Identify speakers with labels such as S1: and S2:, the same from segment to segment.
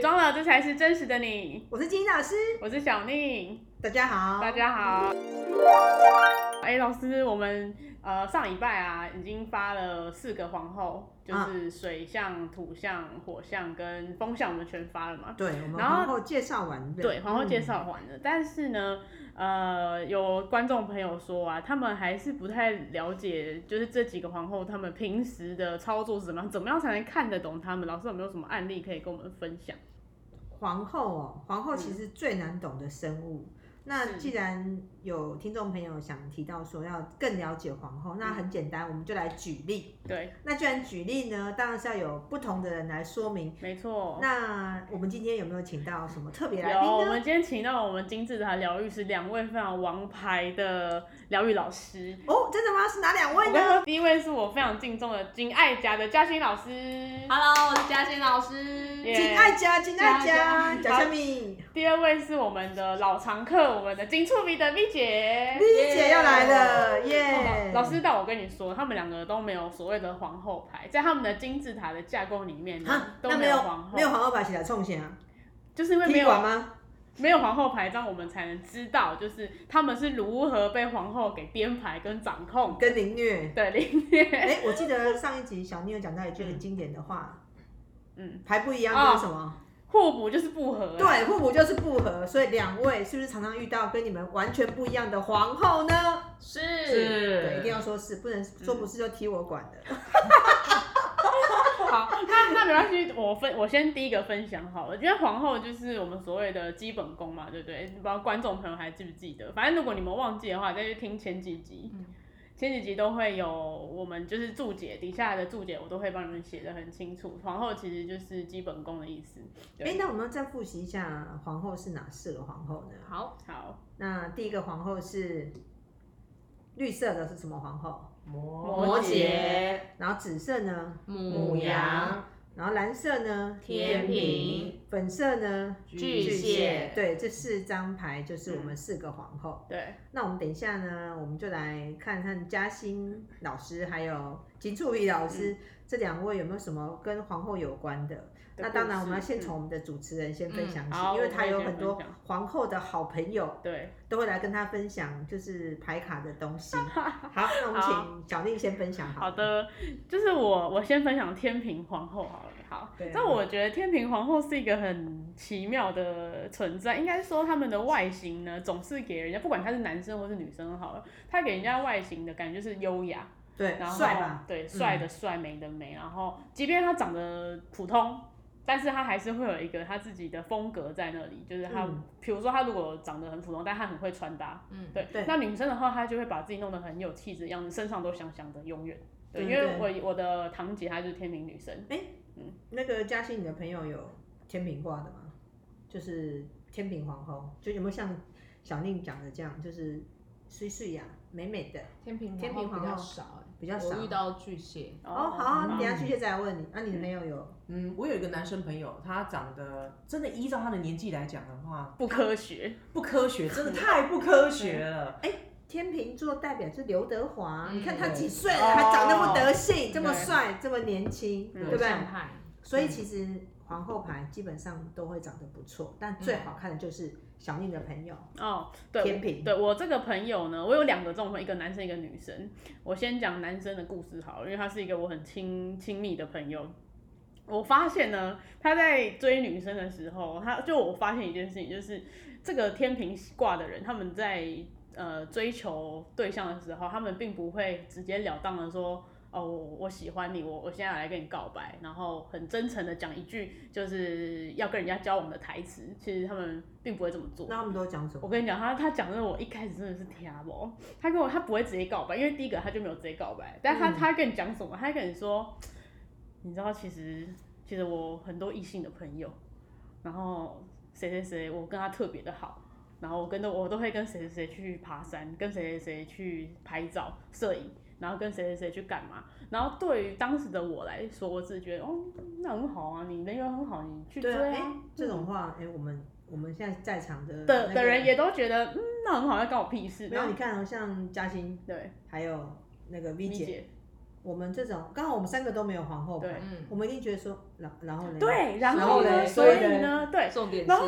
S1: 错，这才是真实的你。
S2: 我是金英老师，
S1: 我是小宁，
S2: 大家好。
S1: 大家好。哎、老师，我们呃上礼拜啊，已经发了四个皇后，
S2: 嗯
S1: 就是水象、土象、火象跟风象，我们全发了嘛。
S2: 对，我们
S1: 然后
S2: 皇后介绍完了。
S1: 对，皇后介
S2: 嗯。
S1: 绍完了，但是呢，呃，有观众朋友说啊，他们还是不太了解，就是这几个皇后他们平时的操作是怎么样，怎么样才能看得懂他们？老师有没有什么案例可以跟我们分享？
S2: 皇后哦，皇后其实最难懂的生物。那
S1: 是
S2: 既然有听众朋友想提到说要更了解皇后，
S1: 嗯
S2: 那很简单，我们就来举例。
S1: 对，
S2: 那既然举例呢，当然是要有不同的人来说明。
S1: 没错。
S2: 那我们今天有没有请到什么特别来
S1: 有，我
S2: 宾呢？
S1: 们今天请到我们金字塔疗愈师两位非常王牌的疗愈老师。
S2: 哦，真的吗？是哪两位
S1: 我跟你
S2: 呢？
S1: 说，第一位是我非常敬重的金爱家的嘉欣老师，
S3: Hello，我是嘉欣老师。
S1: 耶
S2: 金爱家，金爱家，
S1: 嘉
S2: 贾夏米，
S1: 第二位是我们的老常客，我们的金触笔的蜜姐。
S2: 丽姐要来了，耶！
S1: 哦老师，但我跟你说，他们两个都没有所谓的皇后牌，在他们的金字塔的架构里面呢
S2: 啊，，
S1: 都
S2: 那没
S1: 有
S2: 有
S1: 皇后
S2: 没，有皇后牌起来冲 线啊？
S1: 就是因为没
S2: 踢
S1: 有
S2: 馆吗？
S1: 没有皇后牌，这样我们才能知道，就是他们是如何被皇后给编排跟掌控。
S2: 跟凌 虐。
S1: 对，凌虐，
S2: 哎、我记得上一集小妞有讲到一句很经典的话，
S1: 嗯，
S2: 还不一样就是什么？
S1: 互补就是不合、欸。
S2: 对，互补就是不合，所以两位是不是常常遇到跟你们完全不一样的皇后呢？
S3: 是
S2: 对，一定要说是，不能说不是就踢我管的。
S1: 嗯好，那那没关系，我分我先第一个分享好了，因为皇后就是我们所谓的基本功嘛，对不对？不知道观众朋友还记不记得？反正如果你们忘记的话，再去听前几集，
S3: 嗯
S1: 前几集都会有我们就是注解底下的注解，我都会帮你们写的很清楚。皇后其实就是基本功的意思。
S2: 哎、
S1: 对，
S2: 那我们再复习一下皇后是哪四个皇后呢？
S3: 好
S1: 好，
S2: 那第一个皇后是绿色的，是什么皇后？
S1: 摩
S3: 摩
S1: 羯
S3: 羯、
S2: 然后紫色呢？
S3: 母羊、
S2: 然后蓝色呢？
S3: 天平、
S2: 粉色呢？
S3: 巨
S2: 蟹
S3: 蟹。
S2: 对，这四张牌就是我们四个皇后。
S1: 对，
S2: 那我们等一下呢，我们就来看看嘉欣老师还有金处理老师、
S1: 嗯
S2: 这两位有没有什么跟皇后有关的？
S1: 的
S2: 那当然，
S1: 故事
S2: 我们要先从我们的主持人先分享
S1: 嗯
S2: 起，
S1: 好
S2: 因为他有
S1: 我们
S2: 很
S1: 先
S2: 多
S1: 分享
S2: 皇后的好朋友
S1: 对，
S2: 都会来跟他分享，就是牌卡的东 西。好，那我们请小丽先分享好。
S1: 好，的，就是我我先分享天平皇后好了。好
S2: 对啊，
S1: 那我觉得天平皇后是一个很奇妙的存在，应该说他们的外形呢，总是给人家不管他是男生或是女生好了，他给人家外形的感觉就是优雅，
S2: 对，
S1: 然后
S2: 帅吧？嗯
S1: 对，帅的帅，美的美。然后，即便他长得普通，但是他还是会有一个他自己的风格在那里。就是他
S2: 嗯，
S1: 比、如说他如果长得很普通，但他很会穿搭，
S3: 嗯
S1: 对。
S2: 对
S1: 那女生的话，她就会把自己弄得很有气质的样子，身上都香香的，永远。对，
S2: 对
S1: 因为我我的堂姐她就是天平女生，
S2: 那个嘉欣，你的朋友有天平挂的吗？就是天平皇后，就有没有像小宁讲的这样，就是水水呀、美美的？
S3: 天平
S2: 天平
S3: 比
S2: 皇
S3: 较
S2: 后
S3: 少哎，
S2: 比较少
S3: 我遇到巨蟹，
S2: 哦，好、啊，
S1: 嗯
S2: 等一下去蟹再来问你。啊那、你的朋友有？
S4: 嗯，我有一个男生朋友，他长得真的依照他的年纪来讲的话，
S1: 不科学，
S4: 不科学，真的太不科学了。
S2: 天秤座代表是刘德华，
S3: 嗯
S2: 你看他几岁了，
S4: 哦
S2: 还长那么德
S1: 哦
S2: 性，这么帅，这么年轻，
S1: 嗯
S2: 对不对？
S3: 象派
S2: 所以其实皇后牌基本上都会长得不错，
S1: 嗯
S2: 但最好看的就是小宁的朋友
S1: 哦，对，
S2: 天平
S1: 对我这个朋友呢，我有两个这种朋友，一个男生，一个女生。我先讲男生的故事好了，因为他是一个我很亲亲密的朋友。我发现呢，他在追女生的时候，他就我发现一件事情，就是这个天平卦的人，他们在呃追求对象的时候，他们并不会直截了当的说。哦，我我喜欢你，我我现在来跟你告白，然后很真诚的讲一句就是要跟人家交往的台词。其实他们并不会这么做。
S2: 那他们都讲什
S1: 我
S2: 么？
S1: 跟你讲，他他讲的我一开始真的是听不懂，他跟我他不会直接告白，因为第一个他就没有直接告白，但
S2: 嗯
S1: 他、他跟你讲什么？他跟你说，你知道其实其实我很多异性的朋友，然后谁谁谁我跟他特别的好，然后我跟着我都会跟谁谁谁去爬山，跟谁谁谁去拍照摄影。然后跟谁谁谁去干嘛？然后对于当时的我来说，我只觉得哦，那很好啊，你人缘很好，你去追
S2: 对啊，哎、
S1: 啊。
S2: 这种话，哎、我们我们现在在场的、那
S1: 的
S2: 个
S1: 的人也都觉得，嗯，那很好，那关我屁事。
S2: 没有。
S1: 然后
S2: 你看、哦，像嘉欣
S1: 对，
S2: 还有那个 V
S1: 理
S2: 姐，
S1: 解，
S2: 我们这种，刚好我们三个都没有皇后，
S1: 对
S3: 嗯，
S2: 我们一定觉得说，然然后呢？
S1: 对，然
S3: 然
S1: 后
S3: 后
S1: 呢，
S3: 嘞
S1: 所以呢，对，
S3: 重点是
S1: 然后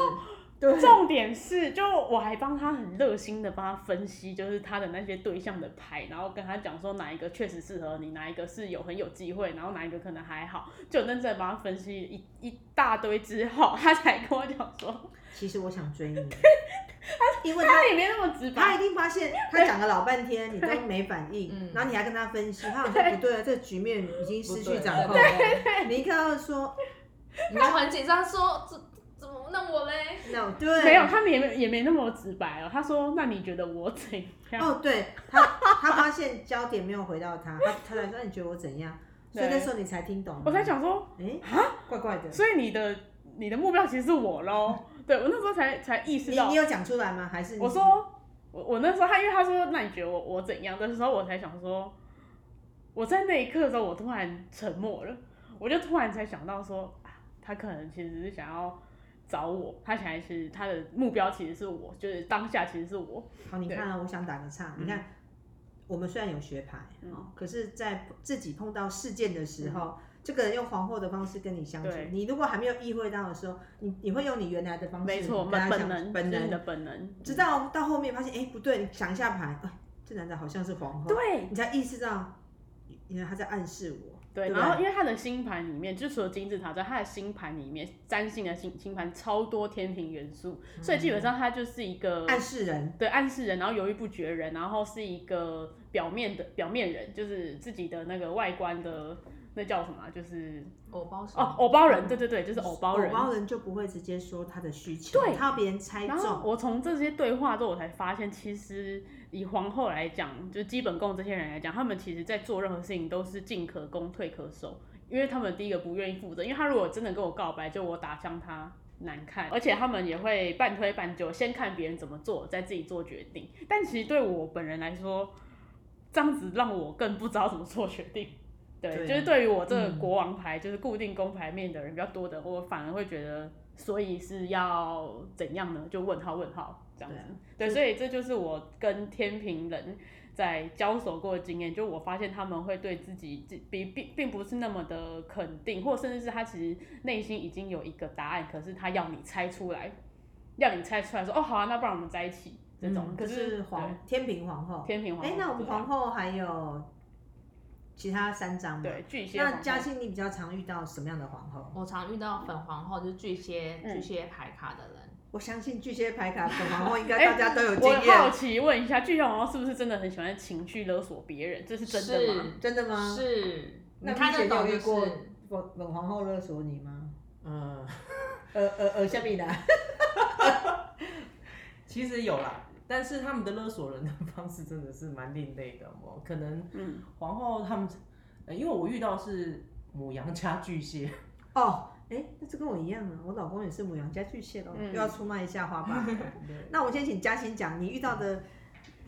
S2: 对
S1: 重点是，就我还帮他很热心的帮他分析，就是他的那些对象的牌，然后跟他讲说哪一个确实适合你，哪一个是有很有机会，然后哪一个可能还好，就认真地帮他分析一一大堆之后，他才跟我讲说，
S2: 其实我想追你，因为他
S1: 他也没那么直
S2: 他一
S1: 白，
S2: 定发现他讲了老半天，你都没反应
S3: 嗯，
S2: 然后你还跟他分析，他好像不对啊，这个局面已经失去掌控
S3: 对
S2: 了。
S3: 对对
S2: 你一看到说
S3: 你就很紧张说这怎么弄我嘞？
S2: no，对，
S1: 没有，他们也没也没那么直白哦。他说，那你觉得我怎样？
S2: 哦，对他，他发现焦点没有回到他，他他才说你觉得我怎样？所以那
S1: 对
S2: 时候你才听懂，
S1: 我才，想说，
S2: 哎，怪怪的，
S1: 所以你的你的目标其实是我喽。对我那时候才才意识
S2: 你
S1: 到
S2: 你，有讲出来吗？还是你
S1: 我说我我那时候他因为他说那你觉得我我怎样的时候，我才想说，我在那一刻的时候，我突然沉默了，我就突然才想到说，啊、他可能其实是想要找我，他想要其实他的目标其实是我，就是当下其实是我，
S2: 好，你看啊，我想打个
S1: 嗯
S2: 岔，你看。我们虽然有学牌，哦，可是，在自己碰到事件的时候，这个人用皇后的方式跟你相处
S1: 嗯对，
S2: 你如果还没有意会到的时候，你你会用你原来的方式
S1: 没错，
S2: 哦跟他
S1: 本
S2: 相
S1: 本
S2: 处
S1: 能，
S2: 本
S1: 就是
S2: 能
S1: 你的本能，
S2: 直到到后面发现，哎，不对，你想一下牌，哎，这男的好像是皇后，
S1: 对
S2: 你才意识到，原来他在暗示我。
S1: 对，
S2: 对吧
S1: 然后因为他的星盘里面，就除了金字塔之外，他的星盘里面，占星的星星盘超多天平元素，所以基本上他就是一个
S2: 嗯暗示人，
S1: 嗯对，暗示人，然后犹豫不决人，然后是一个表面的表面人，就是自己的那个外观的那叫什么啊？就是
S3: 偶包什
S1: 哦
S3: 么，？
S1: 偶包人，对对对，就是偶包
S2: 偶
S1: 人。
S2: 哦包人就不会直接说他的需求，
S1: 对
S2: 他要别人猜
S1: 然后
S2: 中。
S1: 我从这些对话之后，我才发现，其实以皇后来讲，就基本供这些人来讲，他们其实在做任何事情都是进可攻，退可守，因为他们第一个不愿意负责，因为他如果真的跟我告白，就我打向他。难看，而且他们也会半推半就，先看别人怎么做，再自己做决定。但其实对我本人来说，这样子让我更不知道怎么做决定。对，
S2: 对
S1: 就是对于我这个国王牌，就是固定宫牌面的人比较多的，我反而会觉得，所以是要怎样呢？就问号问号这样子。对，所以这就是我跟天平人在交手过的经验，就我发现他们会对自己自并并并不是那么的肯定，或甚至是他其实内心已经有一个答案，可是他要你猜出来，要你猜出来说哦好啊，那不然我们在一起这种。
S2: 嗯
S1: 可
S2: 就是是皇天平皇
S1: 对
S2: 后。
S1: 天平皇后，
S2: 哎，那我们皇后还有其他三张吗？
S1: 对巨蟹皇
S2: 那
S1: 后哦
S2: 嘉欣，你比较常遇到什么样的皇后？
S3: 我常遇到粉皇后，就是巨蟹
S1: 嗯
S3: 巨蟹牌卡的人，
S2: 我相信巨蟹牌卡粉皇后应该
S1: 哎
S2: 大家都有经
S1: 我好
S2: 验，
S1: 奇问一下，巨蟹皇后是不是真的很喜欢情绪勒索别人？这是真的吗？
S2: 真的吗？
S3: 是，
S2: 那
S3: 你看
S2: 你以前
S3: 得
S2: 有
S3: 懂
S2: 遇
S3: 就
S2: 过
S3: 是。
S2: 粉粉皇后勒索你吗？
S4: 嗯，
S2: 呃呃呃，下面的
S4: 其实有啦，但是他们的勒索人的方式真的是蛮另类的哦。可能
S1: 嗯，
S4: 皇后他们，呃因为我遇到是母羊加巨蟹，
S2: 哦，哎，那这跟我一样啊，我老公也是母羊加巨蟹咯，
S1: 嗯
S2: 又要出卖一下花爸。
S4: 对
S2: 那我先请嘉欣讲，你遇到的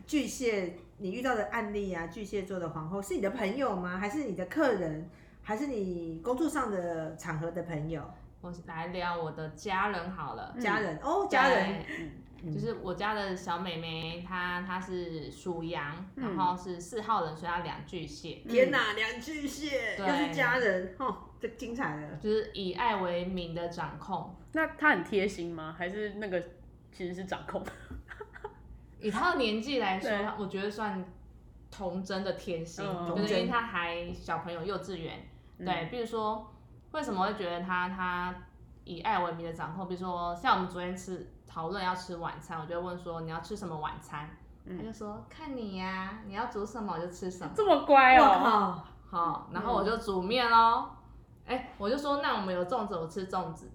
S2: 巨蟹，你遇到的案例啊，巨蟹座的皇后是你的朋友吗？还是你的客人？还是你工作上的场合的朋友、
S3: 我来聊我的家人好了，
S2: 家人？哦，家人，
S3: 对
S2: 嗯
S3: 就是我家的小妹妹，她她是属羊，
S1: 嗯
S3: 然后是四号人，所以她两巨蟹。
S2: 天哪，两巨蟹，
S3: 对
S2: 要是家人，哦，这精彩了。
S3: 就是以爱为名的掌控，
S2: 嗯
S1: 那他很贴心吗？还是那个其实是掌控？
S3: 以她的年纪来说
S1: 对，
S3: 我觉得算童真的天性，
S1: 嗯
S3: 就是
S2: 童
S3: 因
S2: 真
S3: 为她还小朋友，幼稚园。对，比如说为什么会觉得她她以爱为名的掌控？比如说像我们昨天吃讨论要吃晚餐，我就会问说你要吃什么晚餐，她就说看你呀、你要煮什么我就吃什么。
S1: 这么乖
S2: 我
S1: 哦、
S2: 靠，
S3: 好，然
S2: 嗯
S3: 后我就煮面喽。哎、我就说那我们有粽子，我吃粽子。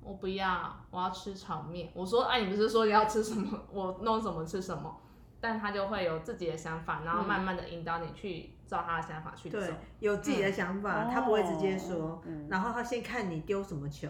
S3: 我不要，我要吃炒面。我说，哎、你不是说你要吃什么，我弄什么吃什么？但他就会有自己的想法，然后慢慢的引导你去照他的想法去走。
S2: 对，有自己的想法，
S1: 嗯
S2: 他不会直接说
S1: 哦，嗯
S2: 然后他先看你丢什么球，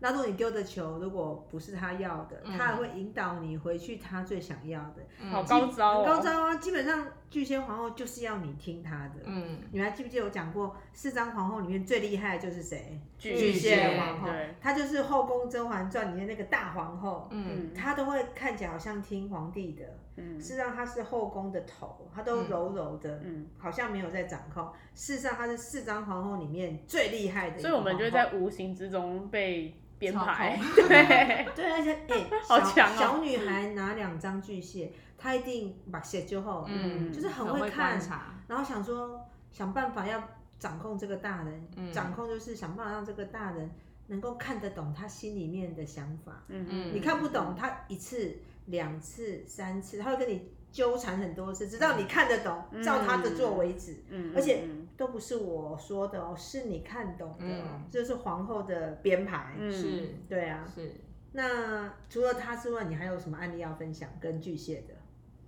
S2: 那如果你丢的球如果不是他要的，
S3: 嗯
S2: 他还会引导你回去他最想要的。
S1: 好高
S3: 嗯
S1: 招
S2: 很
S1: 哦！
S2: 高招啊！基本上巨仙皇后就是要你听她的。
S3: 嗯，
S2: 你们还记不记得我讲过，四张皇后里面最厉害的就是谁？
S1: 巨
S3: 蟹
S2: 皇后
S1: 对，，
S2: 她就是后宫《甄嬛传》里面那个大皇后，
S3: 嗯，
S2: 她都会看起来好像听皇帝的，
S1: 嗯
S2: 事实上她是后宫的头，她都柔柔的，
S1: 嗯，
S2: 好像没有在掌控。事实上她是四张皇后里面最厉害的一个
S1: 所以我们就会
S2: 皇后
S1: 在无形之中被编
S3: 操
S1: 排，
S3: 控
S1: 对，
S2: 对， 而且哎，
S1: 好
S2: 小
S1: 强哦
S2: 小女孩拿两张巨蟹，她一定把蟹就好，
S3: 嗯，
S2: 就是很
S3: 会
S2: 会看
S3: 观察，
S2: 然后想说想办法要掌控这个大人，
S3: 嗯
S2: 掌控就是想办法让这个大人能够看得懂他心里面的想法。
S1: 嗯
S2: 你看不懂，他一次、两次、三次，他会跟你纠缠很多次，直到你看得懂，
S1: 嗯
S2: 照他的做为止。
S1: 嗯，
S2: 而且
S1: 嗯
S2: 都不是我说的哦，是你看懂的哦
S3: 嗯，
S2: 这是皇后的编排。
S1: 嗯
S3: 是
S2: 对啊，
S3: 是。
S2: 那除了他之外，你还有什么案例要分享？跟巨蟹的？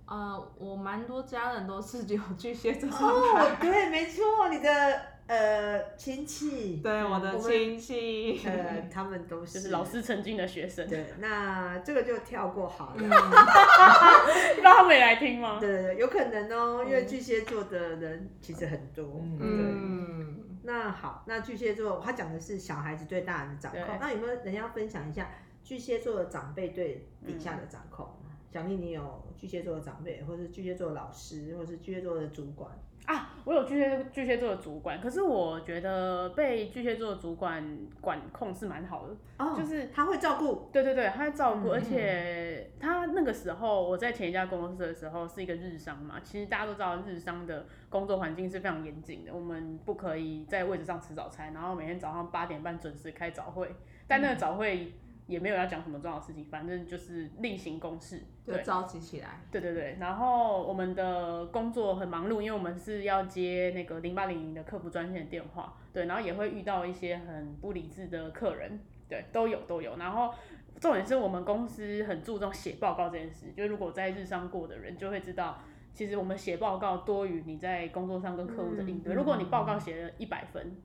S3: 呃，我蛮多家人都是有巨蟹座上
S2: 哦
S3: 排，，
S2: 对，没错，你的呃亲戚，
S3: 对我
S2: 我
S3: 的
S2: 们
S3: 亲戚，
S2: 呃，他们都是
S1: 就是老师曾经的学生，
S2: 对，那这个就跳过好
S3: 嗯
S2: 了。
S1: 不知道他们也来听吗？
S2: 对对对，有可能
S1: 嗯
S2: 哦，因为巨蟹座的人其实很多。对。
S3: 嗯，
S2: 那好，那巨蟹座他讲的是小孩子对大人的掌控
S1: 对，
S2: 那有没有人要分享一下巨蟹座的长辈对底下的掌控？
S1: 嗯
S2: 小丽，你有巨蟹座的长辈，或是巨蟹座的老师，或是巨蟹座的主管？
S1: 啊，我有巨蟹巨蟹座的主管，可是我觉得被巨蟹座的主管管控是蛮好的，
S2: 哦，
S1: 就是
S2: 他会照顾，
S1: 对对对，他在照顾，
S2: 嗯
S1: 而且他那个时候我在前一家公司的时候是一个日商嘛，其实大家都知道日商的工作环境是非常严谨的，我们不可以在位置上吃早餐，然后每天早上八点半准时开早会，但
S2: 嗯
S1: 那个早会也没有要讲什么重要的事情，反正就是例行公事。
S3: 就召集起来，
S1: 对对对，然后我们的工作很忙碌，因为我们是要接那个零八零零的客服专线的电话，对，然后也会遇到一些很不理智的客人，对，都有都有。然后重点是我们公司很注重写报告这件事，就是如果在日商过的人就会知道，其实我们写报告多于你在工作上跟客户的应对。
S2: 嗯
S1: 如果你报告写了一百分。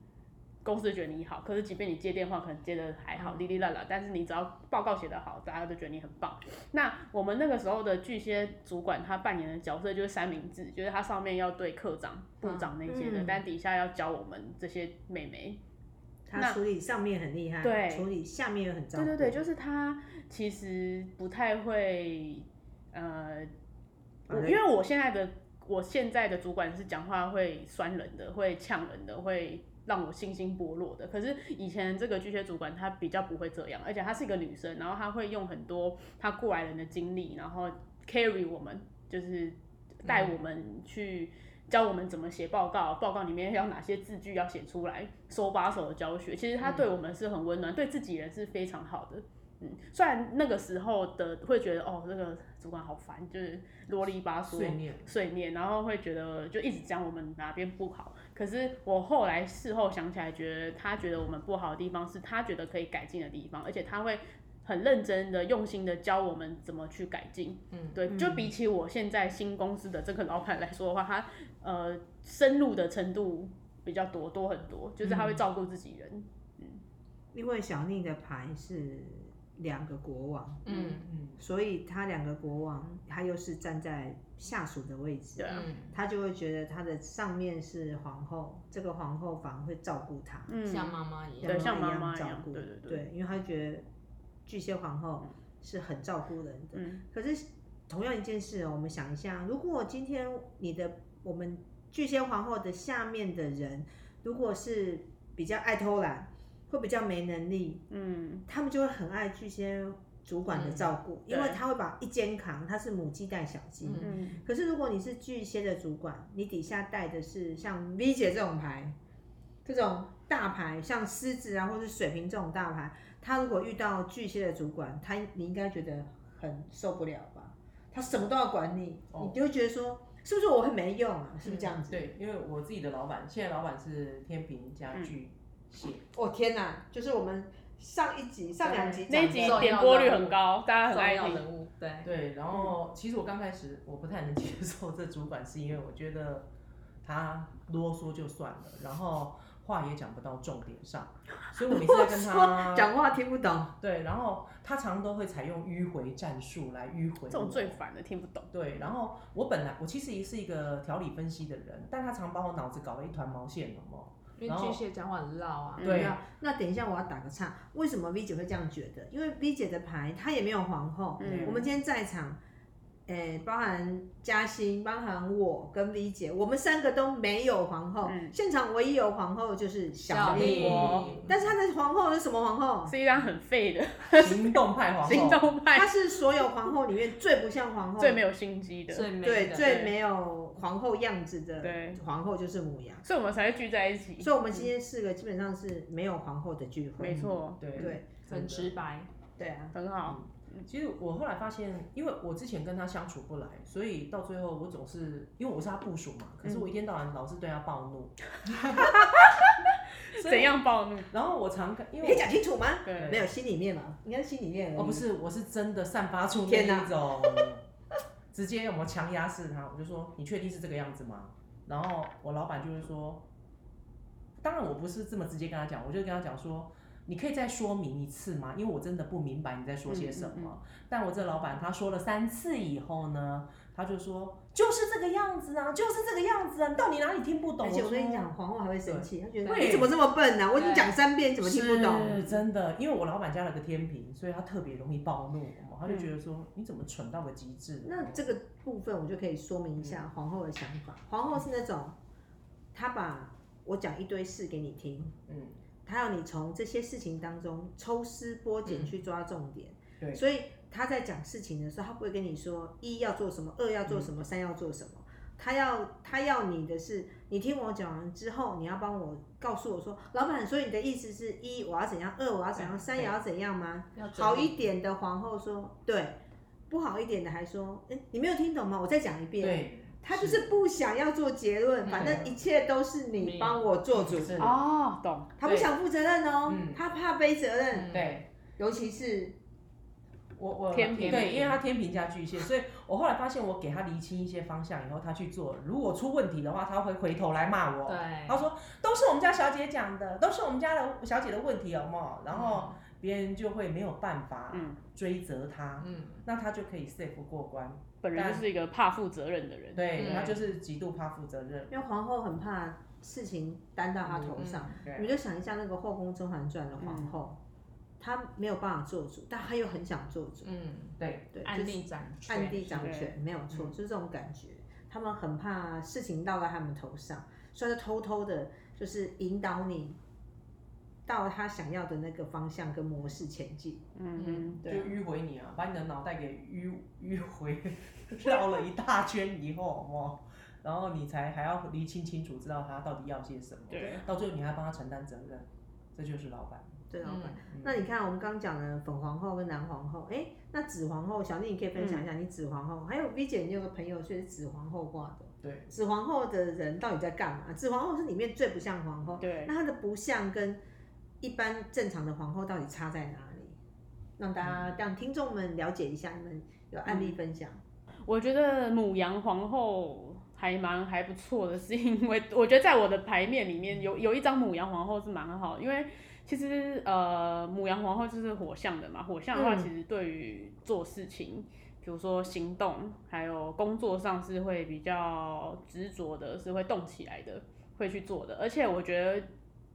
S1: 公司觉得你好，可是即便你接电话可能接的还
S2: 嗯
S1: 好，哩哩啦啦，但是你只要报告写得好，大家都觉得你很棒。那我们那个时候的巨蟹主管，他扮演的角色就是三明治，就是他上面要对科长、部长那些的，
S2: 嗯
S1: 但底下要教我们这些妹妹。
S2: 他
S1: 那
S2: 处理上面很厉害，
S1: 对
S2: 处理下面又很照
S1: 对
S2: 顾。
S1: 对对，就是他其实不太会，呃，我
S2: 反正
S1: 因为我现在的我现在的主管是讲话会酸人的，会呛人的，会让我信心剥落的。可是以前这个巨蟹主管她比较不会这样，而且她是一个女生，然后她会用很多她过来人的经历，然后 carry 我们，就是带我们去。教我们怎么写报告，报告里面要哪些字句要写出来，手把手的教学。其实她对我们是很温暖，对自己人是非常好的。嗯，虽然那个时候的会觉得哦，这个主管好烦，就是啰里吧嗦，
S4: 碎念，
S1: 碎念，然后会觉得哦就一直讲我们哪边不好。可是我后来事后想起来，觉得他觉得我们不好的地方是他觉得可以改进的地方，而且他会很认真的、用心的教我们怎么去改进。
S3: 嗯，
S1: 对，就比起我现在新公司的这个老板来说的话，他呃深入的程度比较多多很多，就是他会照顾自己人。
S2: 因为小宁的牌是两个国王，
S3: 嗯
S4: 嗯，
S2: 所以他两个国王，他又是站在下属的位置，
S1: 对啊，
S3: 嗯，
S2: 他就会觉得他的上面是皇后，这个皇后反而会照顾他，
S1: 嗯，
S3: 像妈妈一样，
S1: 对像
S2: 妈
S1: 妈妈
S2: 一
S1: 一
S2: 照
S1: 样
S2: 顾，
S1: 对对对
S2: 因为他觉得巨蟹皇后是很照顾人的。
S1: 嗯
S2: 可是同样一件事哦，我们想一下，如果今天你的我们巨蟹皇后的下面的人，如果是比较爱偷懒，会比较没能力，
S1: 嗯，
S2: 他们就会很爱巨蟹主管的照顾，
S1: 对
S2: 因为他会把一肩扛，他是母鸡带小鸡。
S3: 嗯
S1: 嗯
S2: 可是如果你是巨蟹的主管，你底下带的是像 V 姐这种牌，这种大牌，像狮子啊或是水瓶这种大牌，他如果遇到巨蟹的主管，他你应该觉得很受不了吧？他什么都要管你，
S4: 哦
S2: 你就会觉得说是不是我很没用啊？是不是
S1: 嗯
S2: 这样子？
S4: 对，因为我自己的老板，现在老板是天平加巨蟹，
S2: 我、哦天哪，就是我们上一集、上两集
S1: 那一
S2: 讲
S1: 集
S2: 的
S1: 点播率很高，大家很
S3: 重
S1: 爱
S3: 要
S1: 听。
S3: 人物，对，
S4: 对，
S1: 嗯
S4: 然后其实我刚开始我不太能接受这主管，是因为我觉得他啰嗦就算了，然后话也讲不到重点上，所以我每次在跟
S1: 啊
S4: 他
S2: 讲话听不懂，
S4: 对，然后他常都会采用迂回战术来迂回我。
S1: 这种最烦的，听不懂。
S4: 对，然后我本来我其实也是一个条理分析的人，但他常把我脑子搞得一团毛线，有没有
S3: 因为
S4: 然后
S3: 巨蟹讲话很绕啊。
S4: 对
S2: 嗯那等一下我要打个岔，为什么 V 姐会这样觉得？因为 V 姐的牌她也没有皇后，
S1: 嗯
S2: 我们今天在场，诶、包含嘉欣，包含我跟 V 姐，我们三个都没有皇后，
S1: 嗯
S2: 现场唯一有皇后就是小
S3: 小
S2: 丽。
S4: 哎
S3: 丽
S2: 但是她的皇后是什么皇后？
S1: 是一张很废的
S4: 行动派皇
S2: 哦
S4: 后，
S1: 行动
S2: 她
S1: 派，
S2: 是所有皇后里面最不像皇后，
S1: 最没有心机的。
S3: 最美
S2: 对
S3: 的
S2: 最没有皇后样子的
S1: 对，
S2: 皇后就是母羊。
S1: 所以我们才会聚在一起。嗯
S2: 所以，我们今天四个基本上是没有皇后的聚会。
S1: 没错，
S4: 对
S2: 对
S4: 真
S3: 很
S4: 的
S3: 直白，
S2: 对啊，
S1: 很好。
S4: 其实我后来发现，因为我之前跟他相处不来，所以到最后我总是因为我是他部署嘛，可是我一天到晚老是对他暴怒。所以
S1: 怎？样暴怒？
S4: 然后我常跟，因
S2: 你可以
S4: 为
S2: 讲清楚吗？
S1: 对，
S2: 嗯没有心里面嘛，应该是心里面而已。
S4: 我哦不是，我是真的散发出那
S2: 天哪
S4: 一种 直接我强压式他，我就说你确定是这个样子吗？然后我老板就会说，当然我不是这么直接跟他讲，我就跟他讲说。你可以再说明一次吗？因为我真的不明白你在说些什么。
S1: 嗯嗯
S4: 但我这老板他说了三次以后呢，他就说就是这个样子啊，就是这个样子啊，你到底哪里听不懂？
S2: 而且我
S4: 说
S2: 跟你讲，皇后还会生气，她觉得
S4: 对
S2: 你怎么这么笨啊呢、我已经讲三遍，你怎么听不懂？
S4: 是真的，因为我老板家了个天平，所以他特别容易暴怒，他就觉得说、你怎么蠢到个极致了？
S2: 嗯那这个部分我就可以说明一下皇后的想法。皇后是那种，她把我讲一堆事给你听，
S4: 嗯，
S2: 她要你从这些事情当中抽丝剥茧去抓重点。
S4: 嗯对
S2: 所以她在讲事情的时候，她不会跟你说一要做什么，二要
S4: 嗯
S2: 做什么，三要做什么。她要她要你的是，你听我讲完之后，你要帮我告诉我说，老板，所以你的意思是一我要怎样，二我要怎样，
S4: 对
S2: 三也要怎样吗？
S3: 要
S2: 好一点的皇后说对，不好一点的还说，哎、你没有听懂吗？我再讲一遍。
S4: 对，
S2: 他就是不想要做结论，
S3: 嗯
S2: 反正一切都是你帮我做主，
S4: 嗯是
S1: 哦，懂。
S2: 他不想负责任哦，
S4: 嗯
S2: 他怕背责任，
S3: 嗯
S4: 对
S2: 尤其是
S4: 我我
S1: 天平
S4: 对，因为他天平加巨蟹，所以我后来发现我给他厘清一些方向以后，他去做，如果出问题的话，他会回头来骂我。
S3: 对，
S4: 他说都是我们家小姐讲的，都是我们家的小姐的问题，有没有？然
S2: 嗯
S4: 后别人就会没有办法
S1: 嗯
S4: 追责他，
S3: 嗯，
S4: 那他就可以 safe 过关。
S1: 本人就是一个怕负责任的人。
S4: 对，
S3: 嗯
S4: 他就是极度怕负责任。
S2: 因为皇后很怕事情担到他头
S3: 嗯
S2: 上，
S4: 对。
S2: 你就想一下那个《后宫甄嬛传》的皇后，她没有办法做主，但她又很想做主，
S3: 嗯，
S2: 对，就
S3: 暗
S2: 是
S3: 地掌权，嗯
S2: 暗地掌
S1: 对
S2: 权，没有错，就是这种感觉。他们很怕事情落到他们头上，所以他就偷偷的，就是引导你到他想要的那个方向跟模式前进。
S1: 嗯，
S4: 就
S1: 对。
S4: 迂回你啊，把你的脑袋给迂迂回 绕了一大圈以后，哦，然后你才还要厘清清楚，知道他到底要些什么，
S1: 对，
S4: 到最后你还帮他承担责任，这就是老板。
S2: 对，老板。
S4: 嗯
S2: 那你看，我们刚讲了粉皇后跟蓝皇后，哎，那紫皇后，小丽你可以分享一下
S1: 嗯
S2: 你紫皇后，还有 V 姐，你有个朋友却是紫皇后挂的。
S4: 对，
S2: 紫皇后的人到底在干嘛？紫皇后是里面最不像皇后，
S1: 对
S2: 那她的不像跟一般正常的皇后到底差在哪里？让大
S1: 嗯
S2: 家让听众们了解一下，你们有案例分享。
S1: 我觉得母羊皇后还蛮还不错的，是因为 我觉得在我的牌面里面有有一张母羊皇后是蛮好的，因为其实呃母羊皇后就是火象的嘛，火象的话
S2: 嗯
S1: 其实对于做事情。比如说行动，还有工作上是会比较执着的，是会动起来的，会去做的。而且我觉得，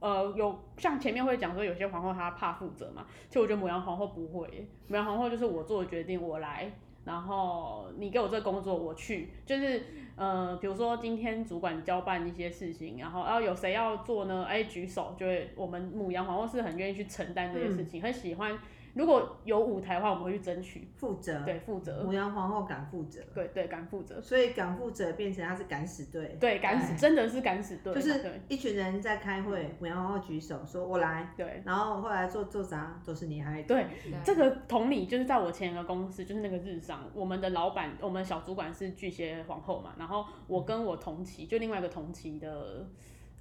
S1: 呃，有像前面会讲说，有些皇后她怕负责嘛，其实我觉得母羊皇后不会，母羊皇后就是我做的决定我来，然后你给我这个工作我去，就是呃，比如说今天主管交办一些事情，然后然啊后有谁要做呢？哎，举手，就会我们母羊皇后是很愿意去承担这些
S2: 嗯
S1: 事情，很喜欢。如果有舞台的话，我们会去争取，
S2: 负责，
S1: 对，负责，
S2: 母羊皇后敢负责，
S1: 对对，敢负责，
S2: 所以敢负责变成她是敢死队，
S1: 对，敢死，真的是敢死队，
S2: 哎就是
S1: 对嗯
S2: 一群人在开会，母羊皇后举手说“我来
S1: 对”，。
S2: 然后后来做做啥都是你还
S1: 对，
S3: 对
S1: 这个同理就是在我前一个公司，就是那个日商，我们的老板，我们小主管是巨蟹皇后嘛，然后我跟我同期，就另外一个同期的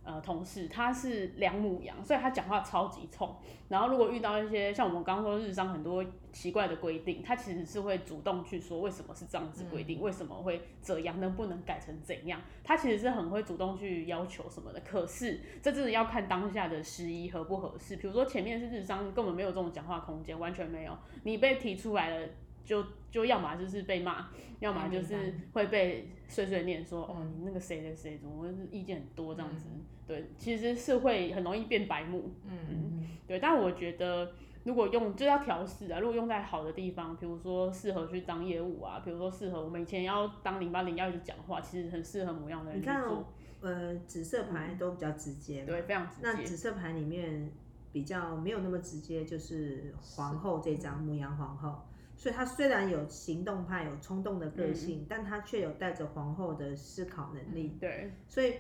S1: 呃同事，他是两母羊，所以他讲话超级冲。然后如果遇到一些像我们刚刚说日商很多奇怪的规定，他其实是会主动去说为什么是这样子规定，为什么会这样，能不能改成怎样？他其实是很会主动去要求什么的。可是这真的要看当下的时宜合不合适。比如说前面是日商，根本没有这种讲话空间，完全没有。你被提出来了，就就要么就是被骂，要么就是会被碎碎念说，哦，你那个谁谁谁怎么会意见很多这样子。对，其实是会很容易变白目。
S4: 嗯，
S1: 对，但我觉得如果用就是要调试啊，如果用在好的地方，比如说适合去当业务啊，比如说适合我们以前要当零八零要一直讲话，其实很适合模样的人
S2: 你
S1: 去
S2: 看
S1: 做
S2: 哦，呃，紫色牌都比较直接嘛，
S1: 对，非常直
S2: 那
S1: 接。
S2: 紫色牌里面比较没有那么直接，就是皇后这
S1: 嗯
S2: 张母羊皇后，所以她虽然有行动派、有冲动的
S1: 嗯
S2: 个性，但她却有带着皇后的思考能力。
S1: 对，
S2: 所以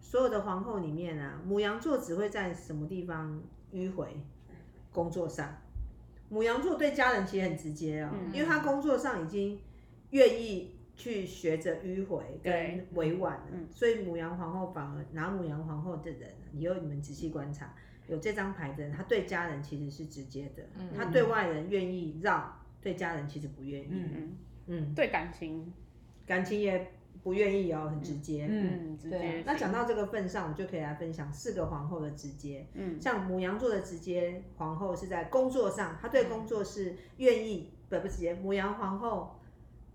S2: 所有的皇后里面啊，母羊座只会在什么地方迂回？工作上，母羊座对家人其实很直接哦，
S1: 嗯
S2: 因为他工作上已经愿意去学着迂回跟
S1: 对
S2: 委婉了，
S1: 嗯
S2: 所以母羊皇后反而拿母羊皇后的人，以后你们仔细观察，有这张牌的人，他对家人其实是直接的，
S3: 嗯
S2: 他对外人愿意让，对家人其实不愿意，
S4: 嗯
S1: 嗯，
S2: 嗯，
S1: 对感情，
S2: 感情也不愿意哦，很直接，
S1: 嗯，直
S3: 对啊
S1: 接。
S2: 那讲，到这个份上，我就可以来分享四个皇后的直接。
S1: 嗯，
S2: 像母羊座的直接皇后是在工作上，她对工作是愿意，不不直接。母羊皇后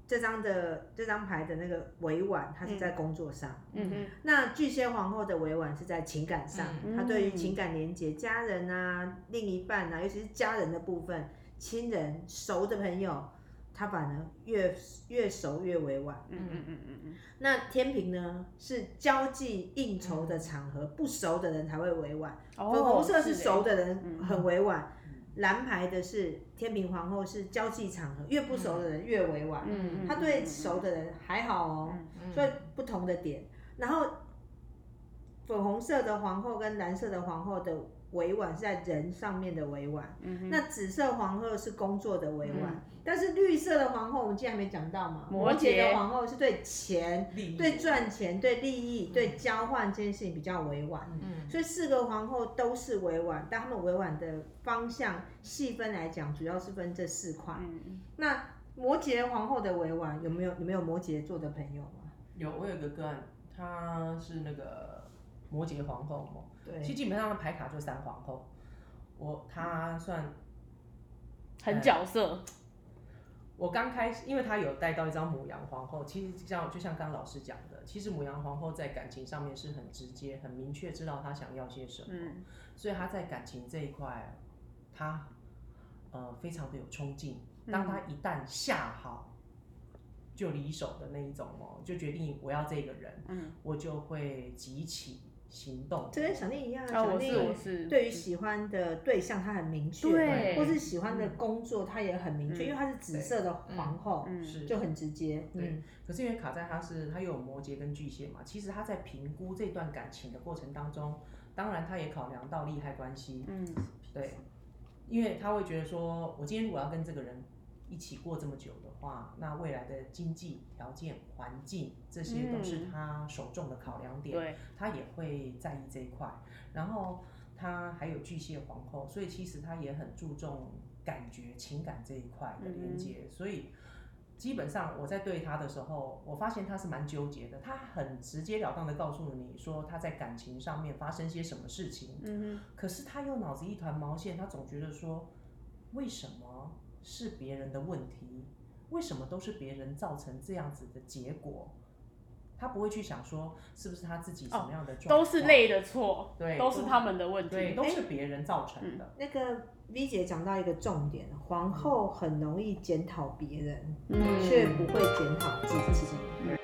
S2: 这张的这张牌的那个委婉，她是在工作上；
S1: 嗯哼，
S2: 那巨蟹皇后的委婉是在情感上，
S1: 嗯
S2: 她对于情感连接、家人啊、另一半啊，尤其是家人的部分、亲人、熟的朋友，她反而越越熟越委婉。
S1: 嗯嗯嗯嗯嗯，
S2: 那天平呢，是交际应酬的场合，不熟的人才会委婉。
S1: 哦
S2: 粉红色是
S1: 欸
S2: 熟的人
S1: 嗯
S2: 很委婉，蓝牌的是天平皇后是交际场合，越不熟的人越委婉。
S1: 嗯，嗯嗯
S2: 他对熟，的人还好哦，所以不同的点。然后粉红色的皇后跟蓝色的皇后的委婉是在人上面的委婉，
S1: 嗯嗯嗯嗯嗯
S2: 那紫色皇后是工作的委婉，但是绿色的皇后我们竟然没讲到嘛，
S1: 摩羯
S2: 摩羯的皇后是对钱、
S4: 利益
S2: 对赚钱、对利益、对交换这件事情比较委婉。
S3: 嗯
S2: 所以四个皇后都是委婉，但他们委婉的方向细分来讲，主要是分这四块。
S1: 嗯
S2: 那摩羯皇后的委婉有没有？有没有摩羯座的朋友吗？
S4: 有我有一个个案，她是那个摩羯皇后嘛，其实
S2: 对，
S4: 基本上的牌卡就三皇后，我她算
S1: 很角色，
S4: 我刚开始，因为他有带到一张母羊皇后，其实像就像刚老师讲的，其实母羊皇后在感情上面是很直接、很明确，知道她想要些什么，
S1: 嗯
S4: 所以她在感情这一块，她呃非常的有冲劲。
S2: 嗯
S4: 当她一旦下好，就离手的那一种哦，就决定我要这个人，
S1: 嗯，
S4: 我就会急起行动。
S2: 这跟小丽一样，
S1: 啊，
S2: 小
S1: 我
S2: 丽
S1: 是我是，
S2: 对于喜欢的对象她很明确，
S1: 对
S2: 或是喜欢的工作她也很明确，
S1: 嗯
S2: 因为她是紫色的皇后，
S1: 嗯
S4: 是
S2: 就很直接。
S4: 对
S2: 嗯，
S4: 可是因为卡在他是他又有摩羯跟巨蟹嘛，其实他在评估这段感情的过程当中，当然他也考量到利害关系，
S1: 嗯
S4: 对，因为他会觉得说，我今天如果要跟这个人一起过这么久的话，那未来的经济条件、环境这些都是
S1: 嗯
S4: 他首重的考量点，
S1: 对，
S4: 他也会在意这一块。然后他还有巨蟹皇后，所以其实他也很注重感觉、情感这一块的连接，所以。基本上我在对他的时候，我发现他是蛮纠结的，他很直截了当的告诉你说他在感情上面发生些什么事情，
S1: 嗯
S4: 可是他又脑子一团毛线，他总觉得说，为什么是别人的问题？为什么都是别人造成这样子的结果？他不会去想说是不是他自己什么样的
S1: 哼，
S4: 状况、
S1: 哦都是累的错，
S4: 对，
S1: 都是他们的问
S4: 对，
S1: 题，
S4: 都是别人造成的。
S2: 那个 V 姐讲到一个重点，皇后很容易检讨别人，
S1: 嗯
S2: 却不会检讨自己。
S1: 嗯